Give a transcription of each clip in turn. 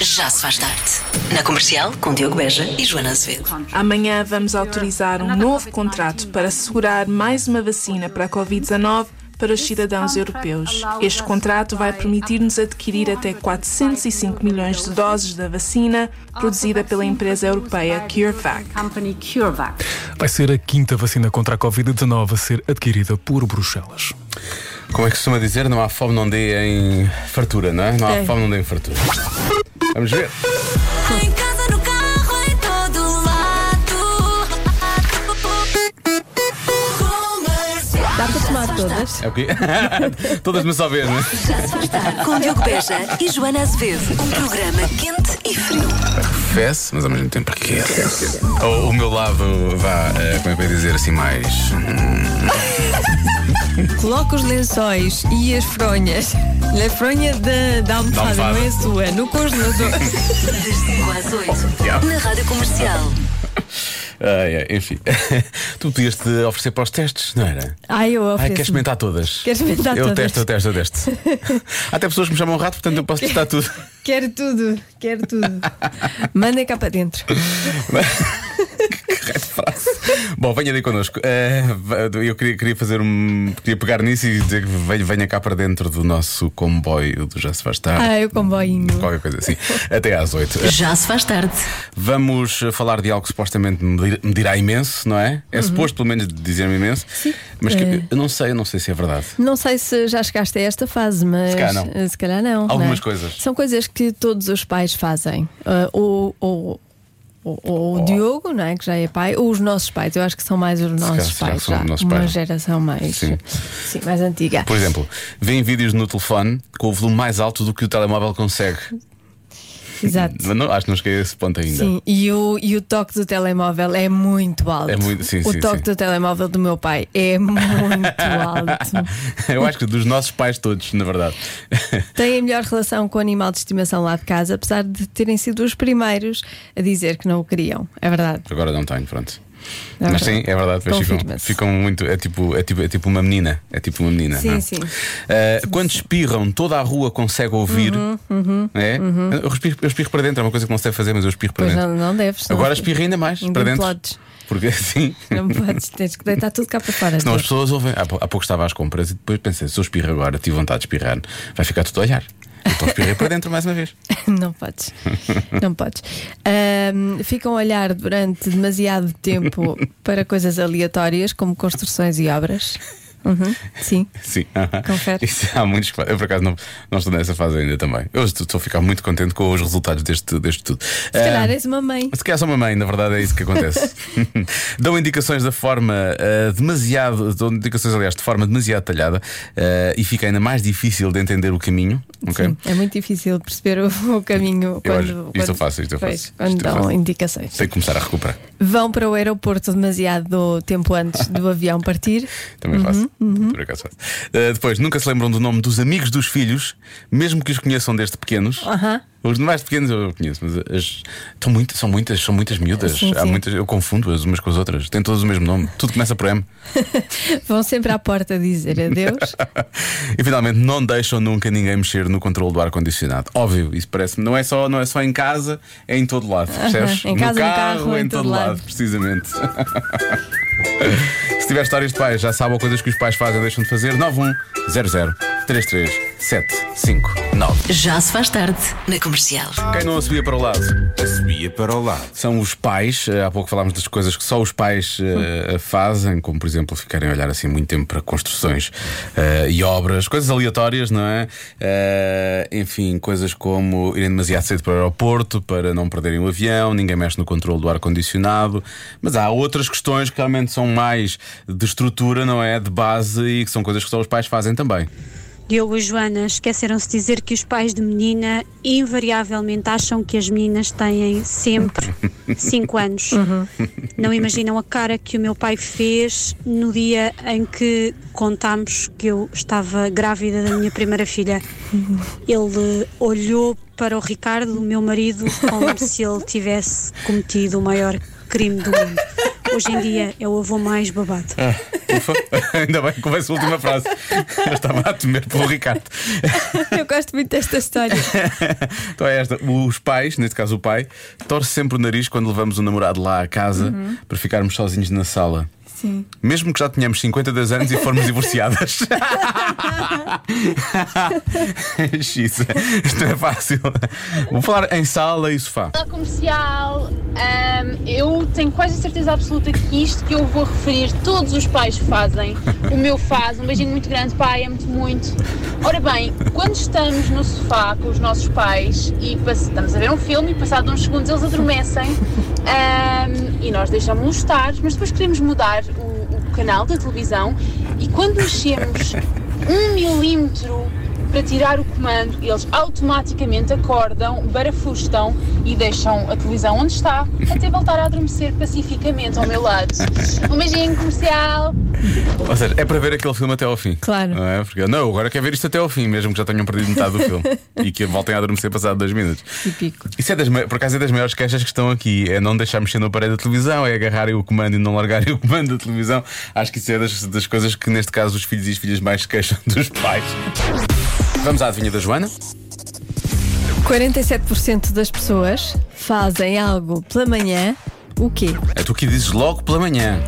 Já se faz tarde. Na comercial, com Diogo Beja e Joana Azevedo. Amanhã vamos autorizar um novo contrato para assegurar mais uma vacina para a Covid-19 para os cidadãos europeus. Este contrato vai permitir-nos adquirir até 405 milhões de doses da vacina produzida pela empresa europeia CureVac. Vai ser a quinta vacina contra a Covid-19 a ser adquirida por Bruxelas. Como é que costuma dizer? Não há fome, não dê em fartura, não é? Não há É. fome, não dê em fartura. Vamos ver. Em casa, no carro, em todo lado. Comercial. Dá para tomar todas? É o quê? Todas de uma só vez, não é? Com Diogo Beja e Joana Azevedo. Um programa quente e frio. Fesse, mas ao mesmo tempo é. aquece. O, o meu lado, vá, eh, como é que eu ia dizer assim, mais. Hum, Coloca os lençóis e as fronhas. A fronha da, da almofada, Da almofada. não é a sua, no congelador. Das 5 às 8. Na rádio comercial. Ai, ai, enfim. tu podias te oferecer para os testes, não era? Ai, eu Ai, ofereço. queres experimentar todas? Quero experimentar eu todas. testo, eu testo, eu testo. Há até pessoas que me chamam rato, portanto eu posso testar tudo. Quero tudo, quero tudo. Manda cá para dentro. Bom, venha daí connosco. Eh, va- eu queria, queria fazer um. Queria pegar nisso e dizer que venha, venha cá para dentro do nosso comboio do Já Se Faz Tarde. Ai, o comboinho. Qualquer coisa assim. Até às oito. Já se faz tarde. Vamos eh, falar de algo que supostamente me dir- me dirá imenso, não é? É suposto, pelo menos, dizer-me imenso. Uhum. Sim. Mas que- É. eu não sei, eu não sei se é verdade. Não sei se já chegaste a esta fase, mas Se calhar não. eh, se calhar não, Algumas não é? coisas. São coisas que todos os pais fazem. Ah, ou, ou, ou- ou Oh. o Diogo, não é? que já é pai, ou os nossos pais. Eu acho que são mais os nossos será que pais. são já. os nossos Uma pais? geração mais, Sim. sim, mais antiga. Por exemplo, vêem vídeos no telefone com o volume mais alto do que o telemóvel consegue. Exato. Mas não- acho que não cheguei a esse ponto ainda. Sim, e o, e o toque do telemóvel é muito alto. É muito- sim, o sim, toque sim. do telemóvel do meu pai é muito alto. eu acho que dos nossos pais todos, na verdade. Têm a melhor relação com o animal de estimação lá de casa, apesar de terem sido os primeiros a dizer que não o queriam. É verdade. Agora não tenho, pronto. É Mas verdade. sim, é verdade, depois ficam, Confirma-se. ficam muito. É tipo, é, tipo, é tipo uma menina. É tipo uma menina. Sim, não é? sim. Ah, quando espirram, toda a rua consegue ouvir. Uhum, é? eu, espirro, eu espirro para dentro, é uma coisa que não se deve fazer, mas eu espirro para Pois dentro. não, não deves. não. Agora espirra ainda mais Não para dentro. podes. Porque assim. Não podes, tens que deitar tudo cá para fora. Senão as pessoas ouvem. Há, pou- há pouco estava às compras e depois pensei: se eu espirro agora, tive vontade de espirrar, vai ficar tudo a olhar. Então espirrei para dentro mais uma vez. Não podes. Não podes. Ahm, ficam a olhar durante demasiado tempo para coisas aleatórias, como construções e obras. Uhum, sim. Sim. aham. Confere. Isso, há muitos que fazem. Eu, por acaso, não, não estou nessa fase ainda também. Eu estou, estou a ficar muito contente com os resultados deste, deste tudo. Se calhar Ah. é assim. és uma mãe. Se calhar sou uma mãe, na verdade é isso que acontece. dão indicações da forma ah, demasiado, dão indicações, aliás, de forma demasiado detalhada ah, e fica ainda mais difícil de entender o caminho. ok? Sim, é muito difícil perceber o, o caminho Eu quando, acho- isto quando- eu faço, isto eu pois, faço, quando isto eu dão faço. indicações. Tenho que começar a recuperar. Vão para o aeroporto demasiado tempo antes do avião partir. Também Uhum, faço. Por acaso faço. Ah, depois, nunca se lembram do nome dos amigos dos filhos, mesmo que os conheçam desde pequenos. Aham. Os mais pequenos eu conheço, mas as, são, muitas, são muitas, são muitas miúdas. Sim, Há sim. muitas, eu confundo-as umas com as outras. Têm todas o mesmo nome. Tudo começa por M. Vão sempre à porta dizer adeus. e finalmente não deixam nunca ninguém mexer no controle do ar-condicionado. Óbvio, isso parece-me, não é só, não é só em casa, é em todo lado, percebes? Em casa, no no carro, carro, em, em todo todo lado, lado. precisamente. Se tiver histórias de pais, já sabem coisas que os pais fazem ou deixam de fazer. 9100 33759. Já se faz tarde. Na comercial. Quem não a subia para o lado? A subia para o lado. São os pais, eh, há pouco falámos das coisas que só os pais Hum. eh, fazem, como por exemplo ficarem a olhar assim muito tempo para construções eh, e obras, coisas aleatórias, não é? Eh, enfim, coisas como irem demasiado cedo para o aeroporto para não perderem o avião, ninguém mexe no controle do ar-condicionado, mas há outras questões que realmente são mais de estrutura, não é? De base e que são coisas que só os pais fazem também. Diogo e Joana esqueceram-se de dizer que os pais de menina invariavelmente acham que as meninas têm sempre 5 anos. Não imaginam a cara que o meu pai fez no dia em que contámos que eu estava grávida da minha primeira filha. Ele olhou para o Ricardo, o meu marido, como se ele tivesse cometido o maior crime do mundo. Hoje em dia é o avô mais babado. Ufa, ainda bem que vai ser a última frase. Eu estava a temer pelo Ricardo. Eu gosto muito desta história. Então é esta. Os pais, neste caso o pai, torce sempre o nariz quando levamos o namorado lá à casa para ficarmos sozinhos na sala. Sim. Mesmo que já tenhamos 52 anos e formos divorciadas. Xisa, isto não é fácil. Vou falar em sala e sofá. Olá, comercial. Ahm, eu tenho quase a certeza absoluta que isto que eu vou referir, todos os pais fazem. O meu faz. Um beijinho muito grande, pai, amo-te muito. Ora bem, quando estamos no sofá com os nossos pais e pass- estamos a ver um filme e passado uns segundos eles adormecem ahm, e nós deixamos-los estar, mas depois queremos mudar o, o canal da televisão e quando mexemos um milímetro para tirar o comando, eles automaticamente acordam, barafustam e deixam a televisão onde está até voltar a adormecer pacificamente ao meu lado. Um beijinho comercial! Ou seja, é para ver aquele filme até ao fim. Claro. Não, é? Porque, não, agora quero ver isto até ao fim, mesmo que já tenham perdido metade do filme e que voltem a adormecer passado dois minutos. Típico. Isso é das, mai- por acaso é das maiores queixas que estão aqui. É não deixar mexer na parede da televisão, é agarrarem o comando e não largarem o comando da televisão. Acho que isso é das, das coisas que, neste caso, os filhos e as filhas mais se queixam dos pais. Vamos à adivinha da Joana. 47% das pessoas fazem algo pela manhã, o quê? É tu que dizes logo pela manhã.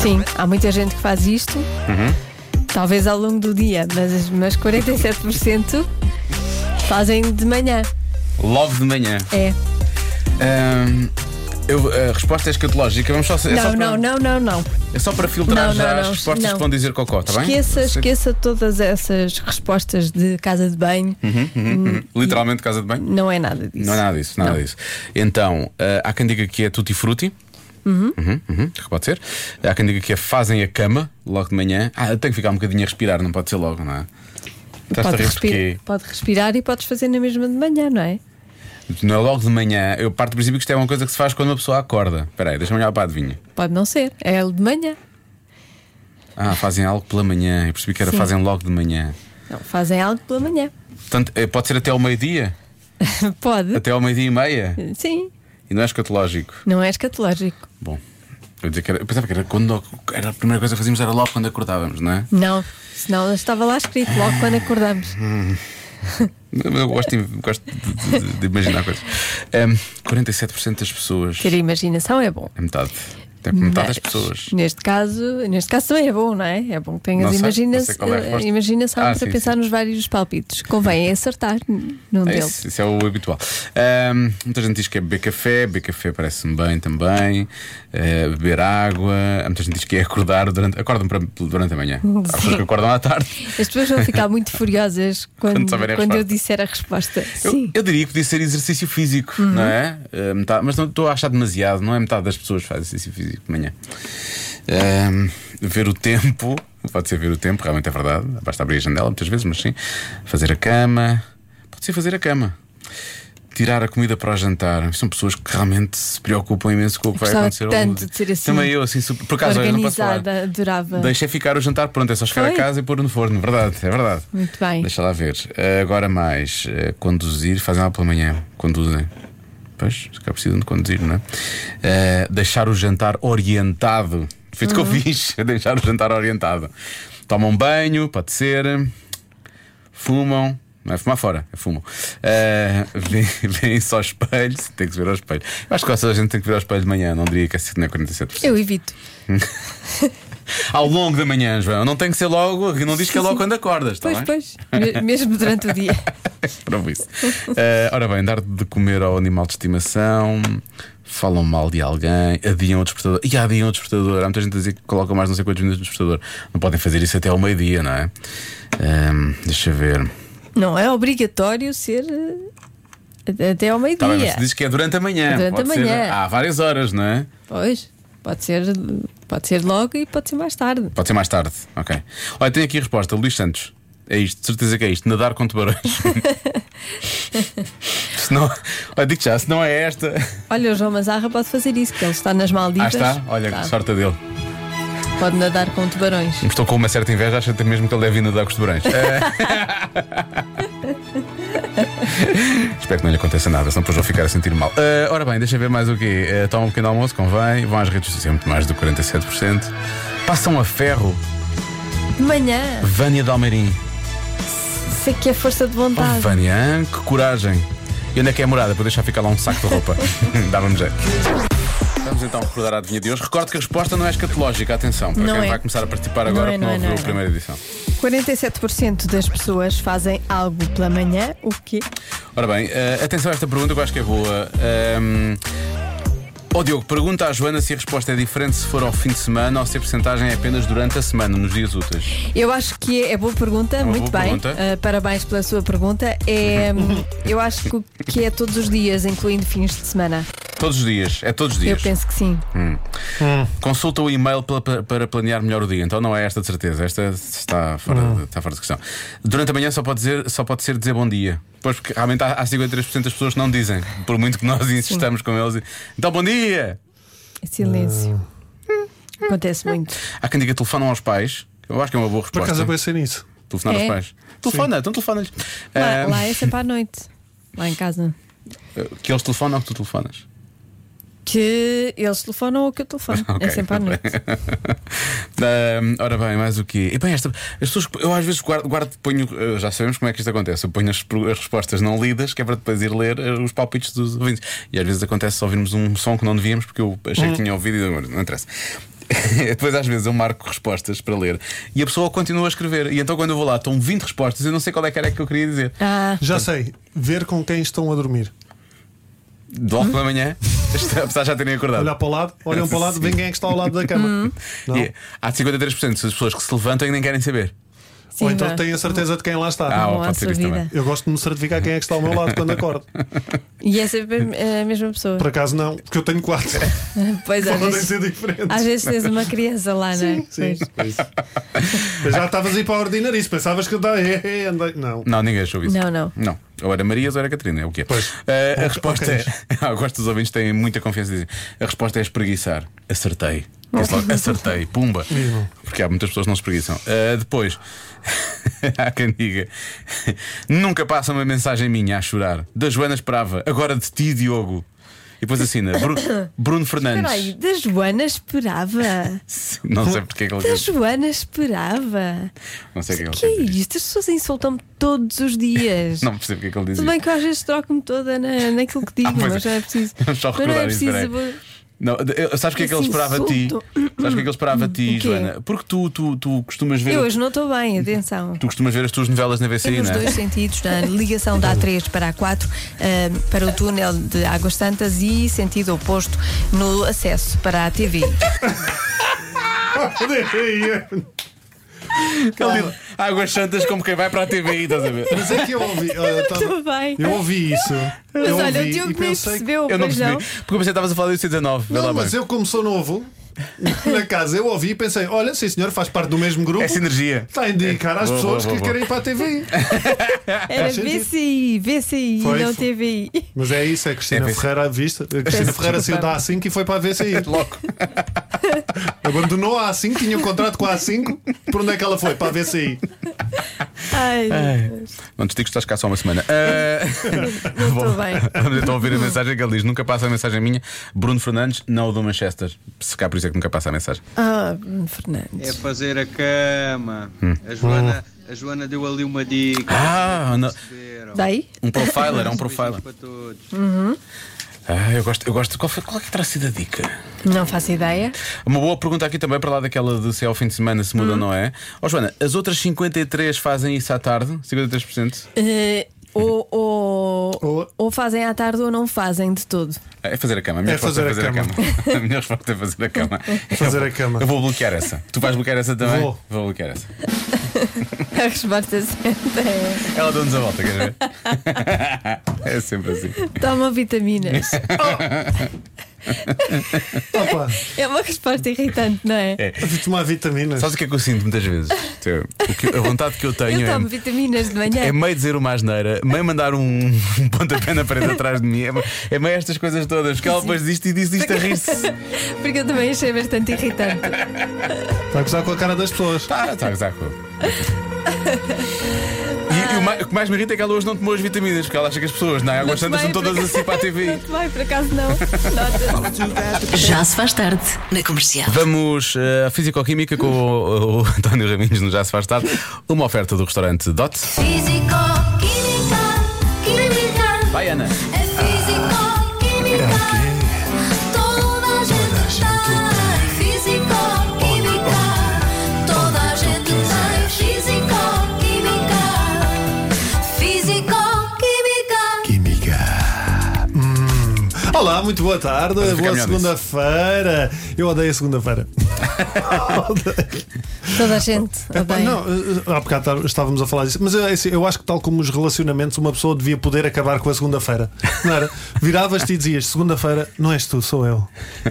Sim, há muita gente que faz isto, Uhum. talvez ao longo do dia, mas, mas 47% fazem de manhã. Logo de manhã. É. Ahm, eu- a resposta é escatológica. Vamos só, é, só não, para, não, não, não, não. é só para filtrar Não, já não, as não, respostas não. que vão dizer cocó, está Tá bem? Esqueça, esqueça todas essas respostas de casa de banho. Literalmente, casa de banho. Não é nada disso. Hum. Uhum, Não é nada disso, nada disso. Então, ah, há quem diga que é tutti frutti. Uhum, uhum, que pode ser. Há quem diga que é fazem a cama logo de manhã. Ah, tem que ficar um bocadinho a respirar, não pode ser logo, não é? Estás a Pode, rir respira- porque pode respirar e podes fazer na mesma de manhã, não é? não é logo de manhã. Eu parto do princípio que isto é uma coisa que se faz quando uma pessoa acorda. Espera aí, deixa-me olhar para a adivinha. Pode não ser. É de manhã. Ah, fazem algo pela manhã. Eu percebi que era Sim. fazem logo de manhã. Não, fazem algo pela manhã. Portanto, eh, pode ser até ao meio-dia? Pode. Até ao meio-dia e meia? Sim. E não é escatológico? Não é escatológico. Bom, eu, dizia que era- eu pensava que era quando era a primeira coisa que fazíamos era logo quando acordávamos, não é? Não. Senão estava lá escrito logo quando acordamos. Mas Eu gosto de, gosto de- de- de imaginar coisas. Ahm, 47% das pessoas. Ter imaginação é bom. É metade. Tem metade das Mas, pessoas. Neste caso, neste caso também é bom, não é? É bom que Não tenhas sei, imagina não sei qual é a resposta. imaginação Ah, para sim, pensar sim. nos vários palpites. Convém é acertar num É deles. isso, isso é o habitual. Ahm, muita gente diz que é beber café, beber café parece-me bem também. Eh, beber água. Muita gente diz que é acordar durante. Acordam para- durante a manhã. Há pessoas que acordam à tarde. As pessoas vão ficar muito furiosas quando, Quando souberem a quando eu resposta. disser a resposta. Eu, Sim. Uhum. eu diria que podia ser exercício físico, não é? Eh, metade- mas não estou a achar demasiado, não é metade das pessoas que faz exercício físico de manhã. Ahm, ver o tempo, pode ser ver o tempo, realmente é verdade. Basta abrir a janela muitas vezes, mas sim. Fazer a cama, pode ser fazer a cama. Tirar a comida para o jantar. São pessoas que realmente se preocupam imenso com o que vai Gostava acontecer. ao tanto longo do de dia. ser assim, Também eu, assim, super- por acaso, olha, não posso falar. Organizada, adorava. Deixa ficar o jantar pronto, é só chegar Foi? a casa e pôr no forno, verdade, é verdade. Muito bem. Deixa lá ver. Eh, agora mais, eh, conduzir, fazem lá pela manhã, conduzem. Pois, se calhar precisam de conduzir, não é? Eh, deixar o jantar orientado. Foi isso que eu Uhum. fiz, deixar o jantar orientado. Tomam banho, pode ser. Fumam. Não é fumar fora, é fumam. Eh, vê- Vêem só espelho, tem que se ver ao espelho. Eu acho que quase toda a gente tem que ver ao espelho de manhã, não diria que é assim, não é 47%. Eu evito. Tá Ao longo da manhã, João. Não tem que ser logo, não diz que é logo quando acordas, está Pois, bem? pois. Me- Mesmo durante o dia. Prova isso. Eh, ora bem, dar de comer ao animal de estimação, falam mal de alguém, adiam o despertador. E adiam o despertador. Há muita gente a dizer que colocam mais não sei quantos minutos no despertador. Não podem fazer isso até ao meio-dia, não é? Ehm, deixa ver. Não é obrigatório ser eh, até ao Tá bem, mas meio-dia. tu dizes que é durante a manhã. Durante Pode a ser- manhã. há várias horas, não é? Pois, pode ser, pode ser logo e pode ser mais tarde. Pode ser mais tarde. Ok. Olha, tenho aqui a resposta. Luís Santos. É isto, de certeza que é isto. Nadar com tubarões. se não, olha, digo já, se não é esta. Olha, o João Mazarra pode fazer isso, que ele está nas Ah, Maldivas. está. Olha, Tá. que sorte dele. Pode nadar com tubarões. Estou com uma certa inveja, acho até mesmo que ele deve ir nadar com os tubarões. Eh, Espero que não lhe aconteça nada, senão depois vou ficar a sentir mal. Ah, ora bem, deixa ver mais o quê. Ah, tomam um pequeno almoço, convém. Vão às redes sociais, muito mais do 47%. Passam a ferro. De manhã, Vânia de Almeirim. sei que é força de Oh, vontade. Vânia, hã? que coragem. E onde é que é a morada? Para deixar ficar lá um saco de roupa. Dava-me jeito. Vamos então recordar a adivinha de hoje. Recordo que a resposta não é escatológica, atenção, para Não quem é. vai começar a participar Não agora é, que não não é, ouviu não a é, primeira edição. 47% das pessoas fazem algo pela manhã, o quê? Ora bem, eh, atenção a esta pergunta que eu acho que é boa. Ahm, Ó Diogo, pergunta à Joana se a resposta é diferente se for ao fim de semana ou se a porcentagem é apenas durante a semana, nos dias úteis. Eu acho que é, é boa pergunta, uma muito boa bem. pergunta. Ah, parabéns pela sua pergunta. É, hum, eu acho que o- que é todos os dias, incluindo fins de semana. Todos os dias, é todos os Eu dias. penso que sim. Consulta o e-mail pela- para, planear melhor o dia. Então não é esta de certeza. Esta está fora, Hum. está fora de questão. Durante a manhã só pode, dizer, só pode ser dizer bom dia. Pois porque realmente há, há 53% das pessoas que não dizem. Por muito que nós insistamos com eles. Então bom dia! É Silêncio. Hum. Acontece muito. Há quem diga telefonam aos pais. Eu acho que é uma boa Por acaso resposta. eu pensei nisso. Telefonar aos É. pais. Telefona, então telefona-lhes. Lá, Ah, lá é sempre à noite, lá em casa. Que eles telefonam ou que tu telefonas. Que eles telefonam ou que eu telefono. Ok, é sempre à muito noite. Ahm, ora bem, mais o quê? E bem, esta, as pessoas, eu às vezes guardo, guardo ponho, eh, já sabemos como é que isto acontece. Eu ponho as, pro- as respostas não lidas, que é para depois ir ler eh, os palpites dos ouvintes. E às vezes acontece só ouvirmos um som que não devíamos, porque eu achei que tinha ouvido e agora não interessa. depois às vezes eu marco respostas para ler e a pessoa continua a escrever. E então quando eu vou lá, estão 20 respostas e eu não sei qual é que era que eu queria dizer. Ah, Já sei, ver com quem estão a dormir. De logo pela manhã, apesar de já terem acordado. Olhar para o lado, olham para o lado, vêem quem é que está ao lado da Hum, cama. Não? E é, há 53% das pessoas que se levantam e nem querem saber. sim, Ou então vá. têm a certeza de quem lá Ah, está. ó, Bom, à pode ser sua isso também. vida. Eu gosto de me certificar quem é que está ao meu lado quando acordo. E é sempre eh, a mesma pessoa. Por acaso não, porque eu tenho quatro. Pois às Podem ser vezes, diferentes. às vezes tens uma criança lá, não é? Sim, Pois. pois. Mas já estavas a ir para a ordinarice, pensavas que eu estava. eh, eh, andei- Não. Não, ninguém achou isso. Não, não. Não. Ou era Marias ou era Catarina, é o que é. Pois. Eh, a Ok, resposta ok. é. Ah, eu gosto dos ouvintes, têm muita confiança dizem. A resposta é espreguiçar. Acertei. Pensa logo, Acertei, pumba. Porque há muitas pessoas que não se espreguiçam. Eh, depois, há quem diga: Nunca passa uma mensagem minha a chorar. Da Joana Esperava, agora de ti, Diogo. E depois assina: Bru- Bruno Espera Fernandes. aí, da Joana esperava. Não sei porque é que ele. Da Joana esperava. Não sei o que é que Que ele. é fez. isto? As pessoas insultam-me todos os dias. Não percebo porque é que ele diz Tudo isso. bem que eu às vezes troco-me toda na, naquilo que digo, Ah, pois é. mas não é preciso. Vamos só Mas não é recordar isso, preciso. peraí. Não, de- eu- sabes o que é que ele Esse esperava de ti? insulto. Sabes o que é que ele esperava de ti, O quê? Joana? Porque tu, tu, tu costumas ver. Eu hoje não estou bem, atenção. Tu costumas ver as tuas novelas na E VCI, nos é? não é? dois sentidos, na ligação da A3 para a A4, eh, para o túnel de Águas Santas e sentido oposto no acesso para a TV. Ele diz, Águas Santas como quem vai para a TVI, estás a ver? Mas é que eu ouvi. olha, estava- Tudo bem. Eu ouvi isso. Mas eu olha, ouvi o Diogo um e nem pensei. que- percebeu, Eu não pois percebi. não. Porque eu pensei que estavas a falar do C19. vê lá Não, bem. mas eu, como sou novo, na casa, eu ouvi e pensei: olha, sim senhor, faz parte do mesmo grupo. É sinergia. Está a indicar às Boa, pessoas boa, que boa, querem ir para a TV. Era Faz sentido. VCI, VCI, Foi, não foi. TVI. Mas é isso, é Cristina É, pensa- Ferreira à vista. A Cristina Ferreira saiu da A5 e foi para a VCI. Logo. Abandonou a A5, tinha um contrato com a A5. Por onde é que ela foi? Para a VCI. Ai, Não te digo que estás cá só uma semana. Ah, não estou bem. Vamos então ouvir a mensagem que ele diz: Nunca passa a mensagem minha. Bruno Fernandes, não o do Manchester. Se cá por isso é que nunca passa a mensagem. Ah, Bruno É Fernandes. É fazer a cama. A Joana, a Joana deu ali uma dica. Ah, não. Daí? um profiler, é um profiler. Para todos. Ah, eu gosto, eu gosto. Qual, foi, qual é que terá sido a dica? Não faço ideia. Uma boa pergunta aqui também para lá daquela de se é ao fim de semana se muda, não é? Ó Joana, as outras 53 fazem isso à tarde, 53%. Eh, ou, Ou- ou, ou fazem à tarde ou não fazem de todo. É fazer a cama, a minha É resposta fazer é a fazer a cama. a minha resposta é fazer a cama. Fazer a cama. Eu vou bloquear essa. Tu vais bloquear essa também? Vou. bloquear essa. A resposta certa é: Ela deu-nos a volta, queres ver? é sempre assim. toma vitaminas. Opa, É uma resposta irritante, não é? vi tomar vitaminas. Sabes o que é que eu sinto muitas vezes? O que- a vontade que eu tenho Eu é. tomo vitaminas de manhã. É meio dizer uma asneira, meio mandar um, um pontapé na parede atrás de mim, é, meio- é meio estas coisas todas, porque ela depois diz isto e diz isto a rir-se. Porque eu também achei bastante irritante. Está a gozar com a cara das pessoas. Tá, tá, exato. E, e o, ma- o que mais me irrita é que ela hoje não tomou as vitaminas, porque ela acha que as pessoas na água santa são todas assim para a TV. Vai, por acaso não. Nota. Já se faz tarde na comercial. Vamos eh, à Físico-Química com o, o António Raminhos no Já Se Faz Tarde. Uma oferta do restaurante Dot. Físico, química, química. Vai, Ana. É físico, química. Toda a gente tem físico, química. Toda a gente tem físico, química. Físico, química. Química. Hum. Olá, muito boa tarde. Vamos ficar Boa melhor segunda-feira. Eu odeio a segunda-feira. Toda a gente. Epá, odeia. não, eh, há bocado tá- estávamos a falar disso, mas eh, assim, eu acho que, tal como os relacionamentos, uma pessoa devia poder acabar com a segunda-feira. Não era? Viravas-te e dizias: segunda-feira não és tu, sou eu.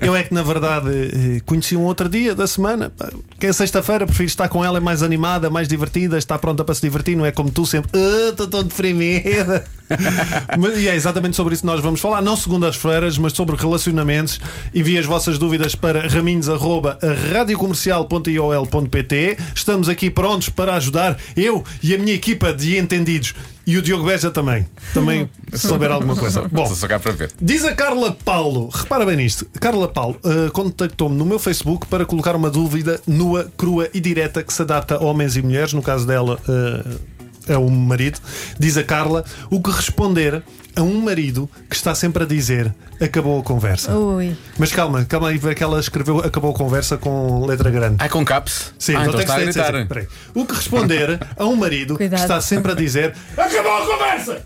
Eu é que, na verdade, eh, conheci um outro dia da semana, pá, que é sexta-feira, prefiro estar com ela, é mais animada, mais divertida, está pronta para se divertir, não é como tu sempre, "Ah, estou tão deprimida. Mas- e é exatamente sobre isso que nós vamos falar, não segundas-feiras, mas sobre relacionamentos. Envie as vossas dúvidas para eh, raminhos.radiocomercial.iol.pt. Estamos aqui prontos para ajudar eu e a minha equipa de entendidos. E o Diogo Beja também. Também se souber alguma coisa. Bom, Estou só cá para ver. Diz a Carla Paulo, repara bem nisto. Carla Paulo eh, contactou-me no meu Facebook para colocar uma dúvida nua, crua e direta que se adapta a homens e mulheres. No caso dela, eh, é o marido. Diz a Carla o que responder a um marido que está sempre a dizer acabou a conversa. Ui. Mas calma, calma aí, ver que ela escreveu acabou a conversa com letra grande. Ah, com caps? Sim, ah, então então está tem que a ser- gritar. sim, sim, peraí. O que responder a um marido Cuidado. que está sempre a dizer Acabou a conversa!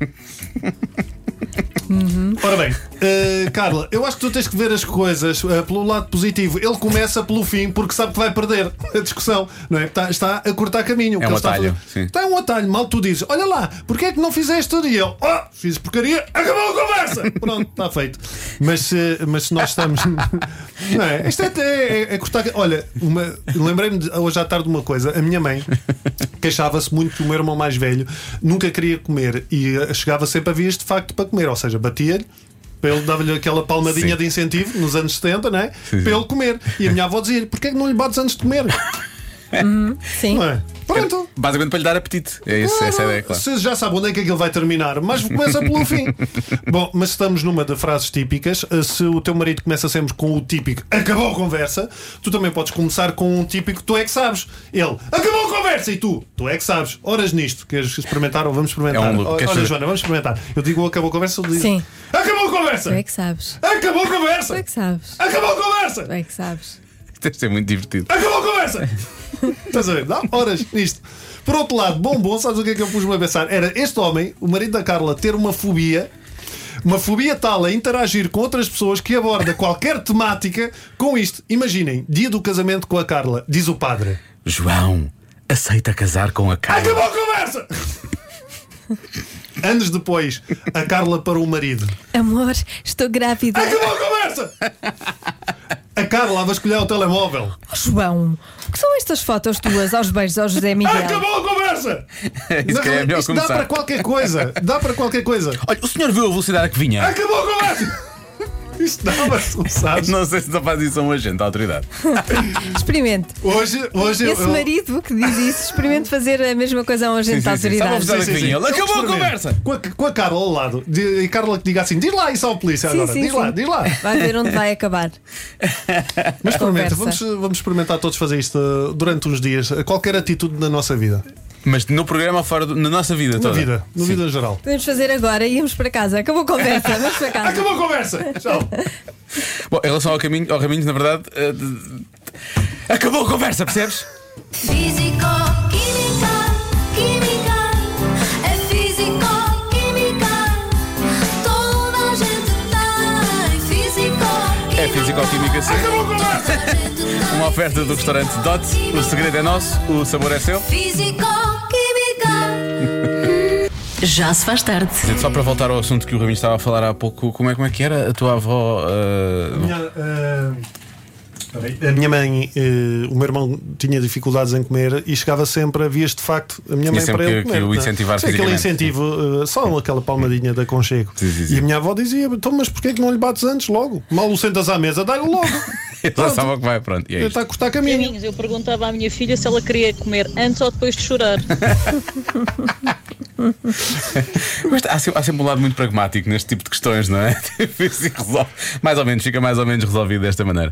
Uhum. Ora bem, eh, Carla, eu acho que tu tens que ver as coisas eh, pelo lado positivo. Ele começa pelo fim porque sabe que vai perder a discussão, não é? Está, está a cortar caminho. O que um ele está a atalho, fazer- sim. Está um atalho, mal tu dizes, olha lá, porque é que não fizeste tudo? E ele, oh, fiz porcaria, acabou a conversa! Pronto, está feito. Mas, se- mas se nós estamos. não é? Isto é, é, é cortar. Olha, uma- lembrei-me de- hoje à tarde de uma coisa. A minha mãe queixava-se muito que o meu irmão mais velho nunca queria comer e eh, chegava sempre a vias de facto para comer, ou seja, batia-lhe. Para ele dava-lhe aquela palmadinha Sim. de incentivo nos anos 70, não é? Para ele comer. E a minha avó dizia-lhe: porquê é que não lhe bates antes de comer? Sim. Não é? Pronto. Basicamente para lhe dar apetite. É isso, essa é a ideia, claro. Vocês já sabem onde é que aquilo vai terminar, mas começa pelo fim. Bom, mas estamos numa de frases típicas. Uh, Se o teu marido começa sempre com o típico acabou a conversa, tu também podes começar com um típico tu é que sabes. Ele acabou a conversa e tu, tu é que sabes. Horas nisto, queres experimentar ou vamos experimentar? É um loop. Olha, Queres fazer? Joana, vamos experimentar. Eu digo acabou a conversa, tu dizes Sim. acabou a Tu é conversa, que sabes. acabou a Tu é conversa, que sabes. acabou a conversa. Tu é que sabes. Deve ser muito divertido. Acabou a conversa! Estás a ver? Dá horas nisto. Por outro lado, bombom, sabes o que é que eu pus-me a pensar? Era este homem, o marido da Carla, ter uma fobia. Uma fobia tal a interagir com outras pessoas que aborda qualquer temática com isto. Imaginem, dia do casamento com a Carla, diz o padre. João, aceita casar com a Carla? Acabou a conversa! Anos depois, a Carla para o marido. Amor, estou grávida. Acabou a conversa! A Carla a vasculhar o telemóvel. Oh, João, o que são estas fotos tuas aos beijos ao José Miguel? Acabou a conversa! Isso que é melhor Isto dá para começar. qualquer coisa. Dá para qualquer coisa. Olha, o senhor viu a velocidade a que vinha? Acabou a conversa! Isto dava, tu sabes? Não sei se só faz isso a um agente da autoridade. Experimente. Hoje, hoje eu- Esse eu. marido que diz isso, experimente fazer a mesma coisa a um agente da sim, sim. Sabe a autoridade. velocidade a que Sim, sim, sim. vinha? Ele Eu acabou a experimento. conversa! Com a, com a Carla ao lado de- e Carla que diga assim: diz lá isso ao polícia Sim, agora, sim, diz lá, sim. diz lá. Vai ver onde vai acabar. Mas Conversa. experimenta, vamos, vamos experimentar todos fazer isto uh, durante uns dias, a qualquer atitude na nossa vida, Mas no programa, fora do- na nossa vida na toda. vida, na Tá Sim. vida em geral. Podemos fazer agora, íamos para casa. Acabou a conversa, vamos para casa. Acabou a conversa! Tchau! Bom, em relação ao caminho, ao Raminhos, na verdade. eh, de- Acabou a conversa, percebes? Físico, química, química. É físico, química. Toda a gente tá tem físico, química. É físico-química, sim. Acabou a conversa. Uma oferta do restaurante Dot. O segredo é nosso, o sabor é seu. Físico, química. Já se faz tarde. Gente, Só para voltar ao assunto que o Raminhos estava a falar há pouco, como é, como é que era a tua avó? eh, A minha, eh, peraí, a minha mãe, eh, o meu irmão tinha dificuldades em comer e chegava sempre a vias de facto a minha mãe sempre para ele que- comer. que o não é? incentivar Sim, aquele fisicamente. incentivo, eh, só aquela palmadinha de aconchego. Sim, sim, sim. E a minha avó dizia: então, mas porquê é que não lhe bates antes logo? Mal o sentas à mesa, dá-lhe logo. Ele já sabe o que vai, pronto. E é isto. Está a cortar caminho. Caminhos, eu perguntava à minha filha se ela queria comer antes ou depois de chorar. Mas há sempre, há sempre um lado muito pragmático neste tipo de questões, não é? Tipo, isso resolve- mais ou menos, fica mais ou menos resolvido desta maneira.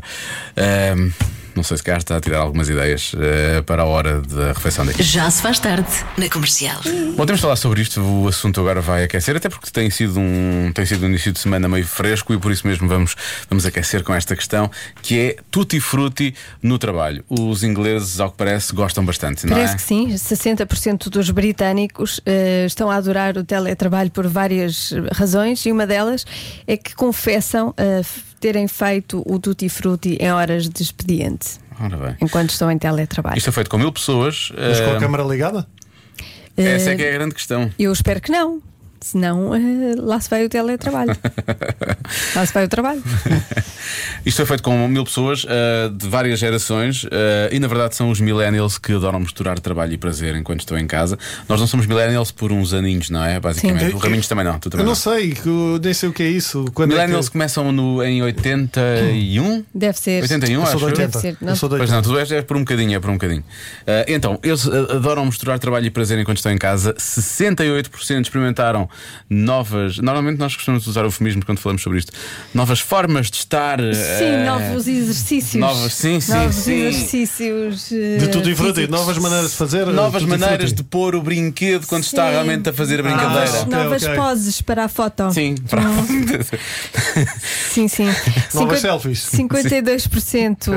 Ahm, não sei se cá está a tirar algumas ideias eh, para a hora da refeição daqui. Já se faz tarde na comercial. Bom, temos de falar sobre isto, o assunto agora vai aquecer, até porque tem sido um, tem sido um início de semana meio fresco e por isso mesmo vamos, vamos aquecer com esta questão que é tutti frutti no trabalho. Os ingleses, ao que parece, gostam bastante, não Parece é? que sim, 60% dos britânicos eh, estão a adorar o teletrabalho por várias razões e uma delas é que confessam eh, f- terem feito o tutti frutti em horas de expediente, Ora bem. enquanto estão em teletrabalho. Isto é feito com mil pessoas. Mas com a ah, câmara ligada? Essa é que é a grande questão. Eh, Eu espero que não, senão eh, lá se vai o teletrabalho. lá se vai o trabalho. Isto foi feito com mil pessoas ah, de várias gerações ah, e, na verdade, são os millennials que adoram misturar trabalho e prazer enquanto estão em casa. Nós não somos millennials por uns aninhos, não é? Basicamente. Sim. O Raminhos também não. Tu também Eu não não. sei, que eu nem sei o que é isso. Quando é que- Millennials começam no, em 81? Deve ser. 81, Eu acho sou de eu. 80. ser, não? Eu sou de Pois 80. não, tudo és, é por um bocadinho, é por um bocadinho. Ah, então, eles ah, adoram misturar trabalho e prazer enquanto estão em casa. 68% experimentaram novas. Normalmente nós costumamos usar eufemismos quando falamos sobre isto. Novas formas de estar. ah, Sim, novos exercícios. eh, novos- sim, sim, Novos sim. exercícios. De Eh, tudo e fruto, e novas maneiras de fazer. eh, Novas tudo e maneiras de fruto. pôr o brinquedo quando Sim. está realmente a fazer a Novas, brincadeira. ok, novas ok. poses para a foto. Sim, para- Sim, sim. Cinquenta- Novas selfies. 52%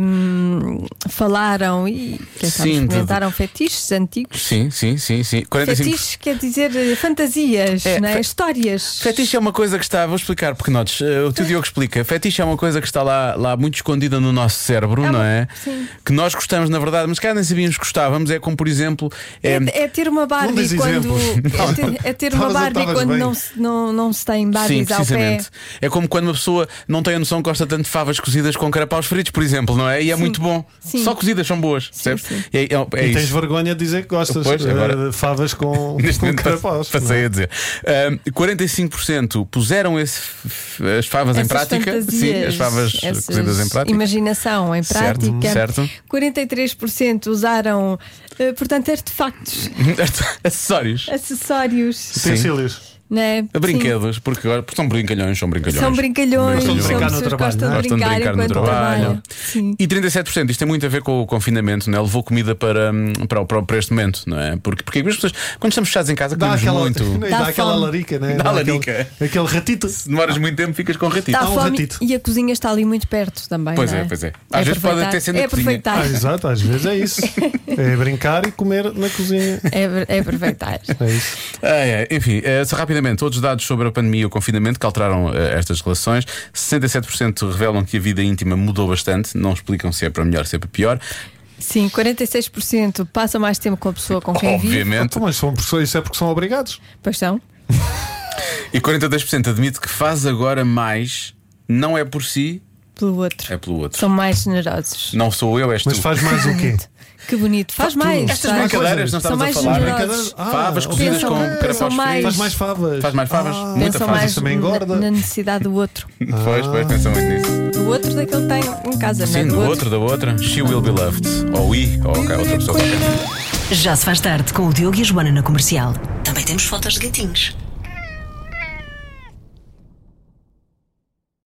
hum, falaram e pensaram, Sim, de- experimentaram fetiches antigos. sim, sim, sim, sim. 45 Fetiches quer dizer eh, fantasias, É, né? fe- histórias. Fetiche é uma coisa que está, vou explicar porque notes, eh, o teu Diogo explica. Fetiche é uma coisa que está lá, lá muito escondida no nosso cérebro, É uma- não é? sim. Que nós gostamos, na verdade, mas cá nem sabíamos que gostávamos. É como, por exemplo, eh, É, é ter uma Não diz Barbie quando. É ter, é ter uma Estavas- Barbie estavas quando bem. não se, não, não se tem Barbies ao pé. É como quando uma pessoa não tem a noção que gosta tanto de favas cozidas com carapaus fritos, por exemplo, não é? E é muito bom. Sim. Só cozidas são boas, Sim, percebes? sim. É, é- é E tens isso. vergonha de dizer que gostas Pois, eh, agora- de favas com, Neste com é? momento carapaus. passei a dizer. Ahm, 45% puseram esse f- f- as favas em Essas prática. sim, fantasias, as favas essas cozidas em prática. Imaginação em Certo, prática. certo. 43% usaram, eh, portanto, artefactos, Acessórios. acessórios, assim. Utensílios. né? Sim. Brinquedos, porque, agora- porque são brincalhões, são brincalhões. São brincalhões, Gostam de são brincar no pessoas que trabalho, gostam não de é? Gostam de brincar brincar no enquanto trabalho. trabalham. Sim. E 37%, isto tem muito a ver com o confinamento, né? levou comida para, hum, para, o- para, o- para este momento, não é? Porque, porque as pessoas, quando estamos fechados em casa, Dá comemos aquela, muito. dá Dá aquela fome. larica, né? Dá aquele- larica. Aquele ratito. Se demoras muito tempo, ficas com retiro. Está Há um fome ratito. e a cozinha está ali muito perto também. Pois não é, pois é. Às vezes pode aproveitar. até ser na é cozinha. aproveitar. Ah, exato, às vezes é isso. É brincar e comer na cozinha. É, é aproveitar. É isso. É, é, enfim, eh, só rapidamente, outros dados sobre a pandemia e o confinamento que alteraram eh, estas relações. 67% revelam que a vida íntima mudou bastante, não explicam se é para melhor, se é para pior. Sim, 46% passam mais tempo com a pessoa com quem vive. Obviamente. Então, mas são pessoas, isso é porque são obrigados. Pois são. E 42% admite que faz agora mais, não é por si, Pelo outro. é pelo outro. São mais generosos. Não sou eu, és Mas tu. faz mais o quê? Que bonito. Faz mais. Estas faz. brincadeiras, não Tá. São estávamos a mais falar. generosos. Ah, favas cozidas Pensam- com pensam carapaus mais. fritos. Faz mais favas. Faz mais favas? Ah, Muita Pensam favas. mais também na, engorda. na necessidade do outro. Pois, pois, pensam muito nisso. Do outro daquele que tem em casa, não é? Sim, do outro, da outra. She will be loved. Ou we, ou cá, outra pessoa qualquer. Já se faz tarde com o Diogo e a Joana na comercial. Também temos fotos de gatinhos.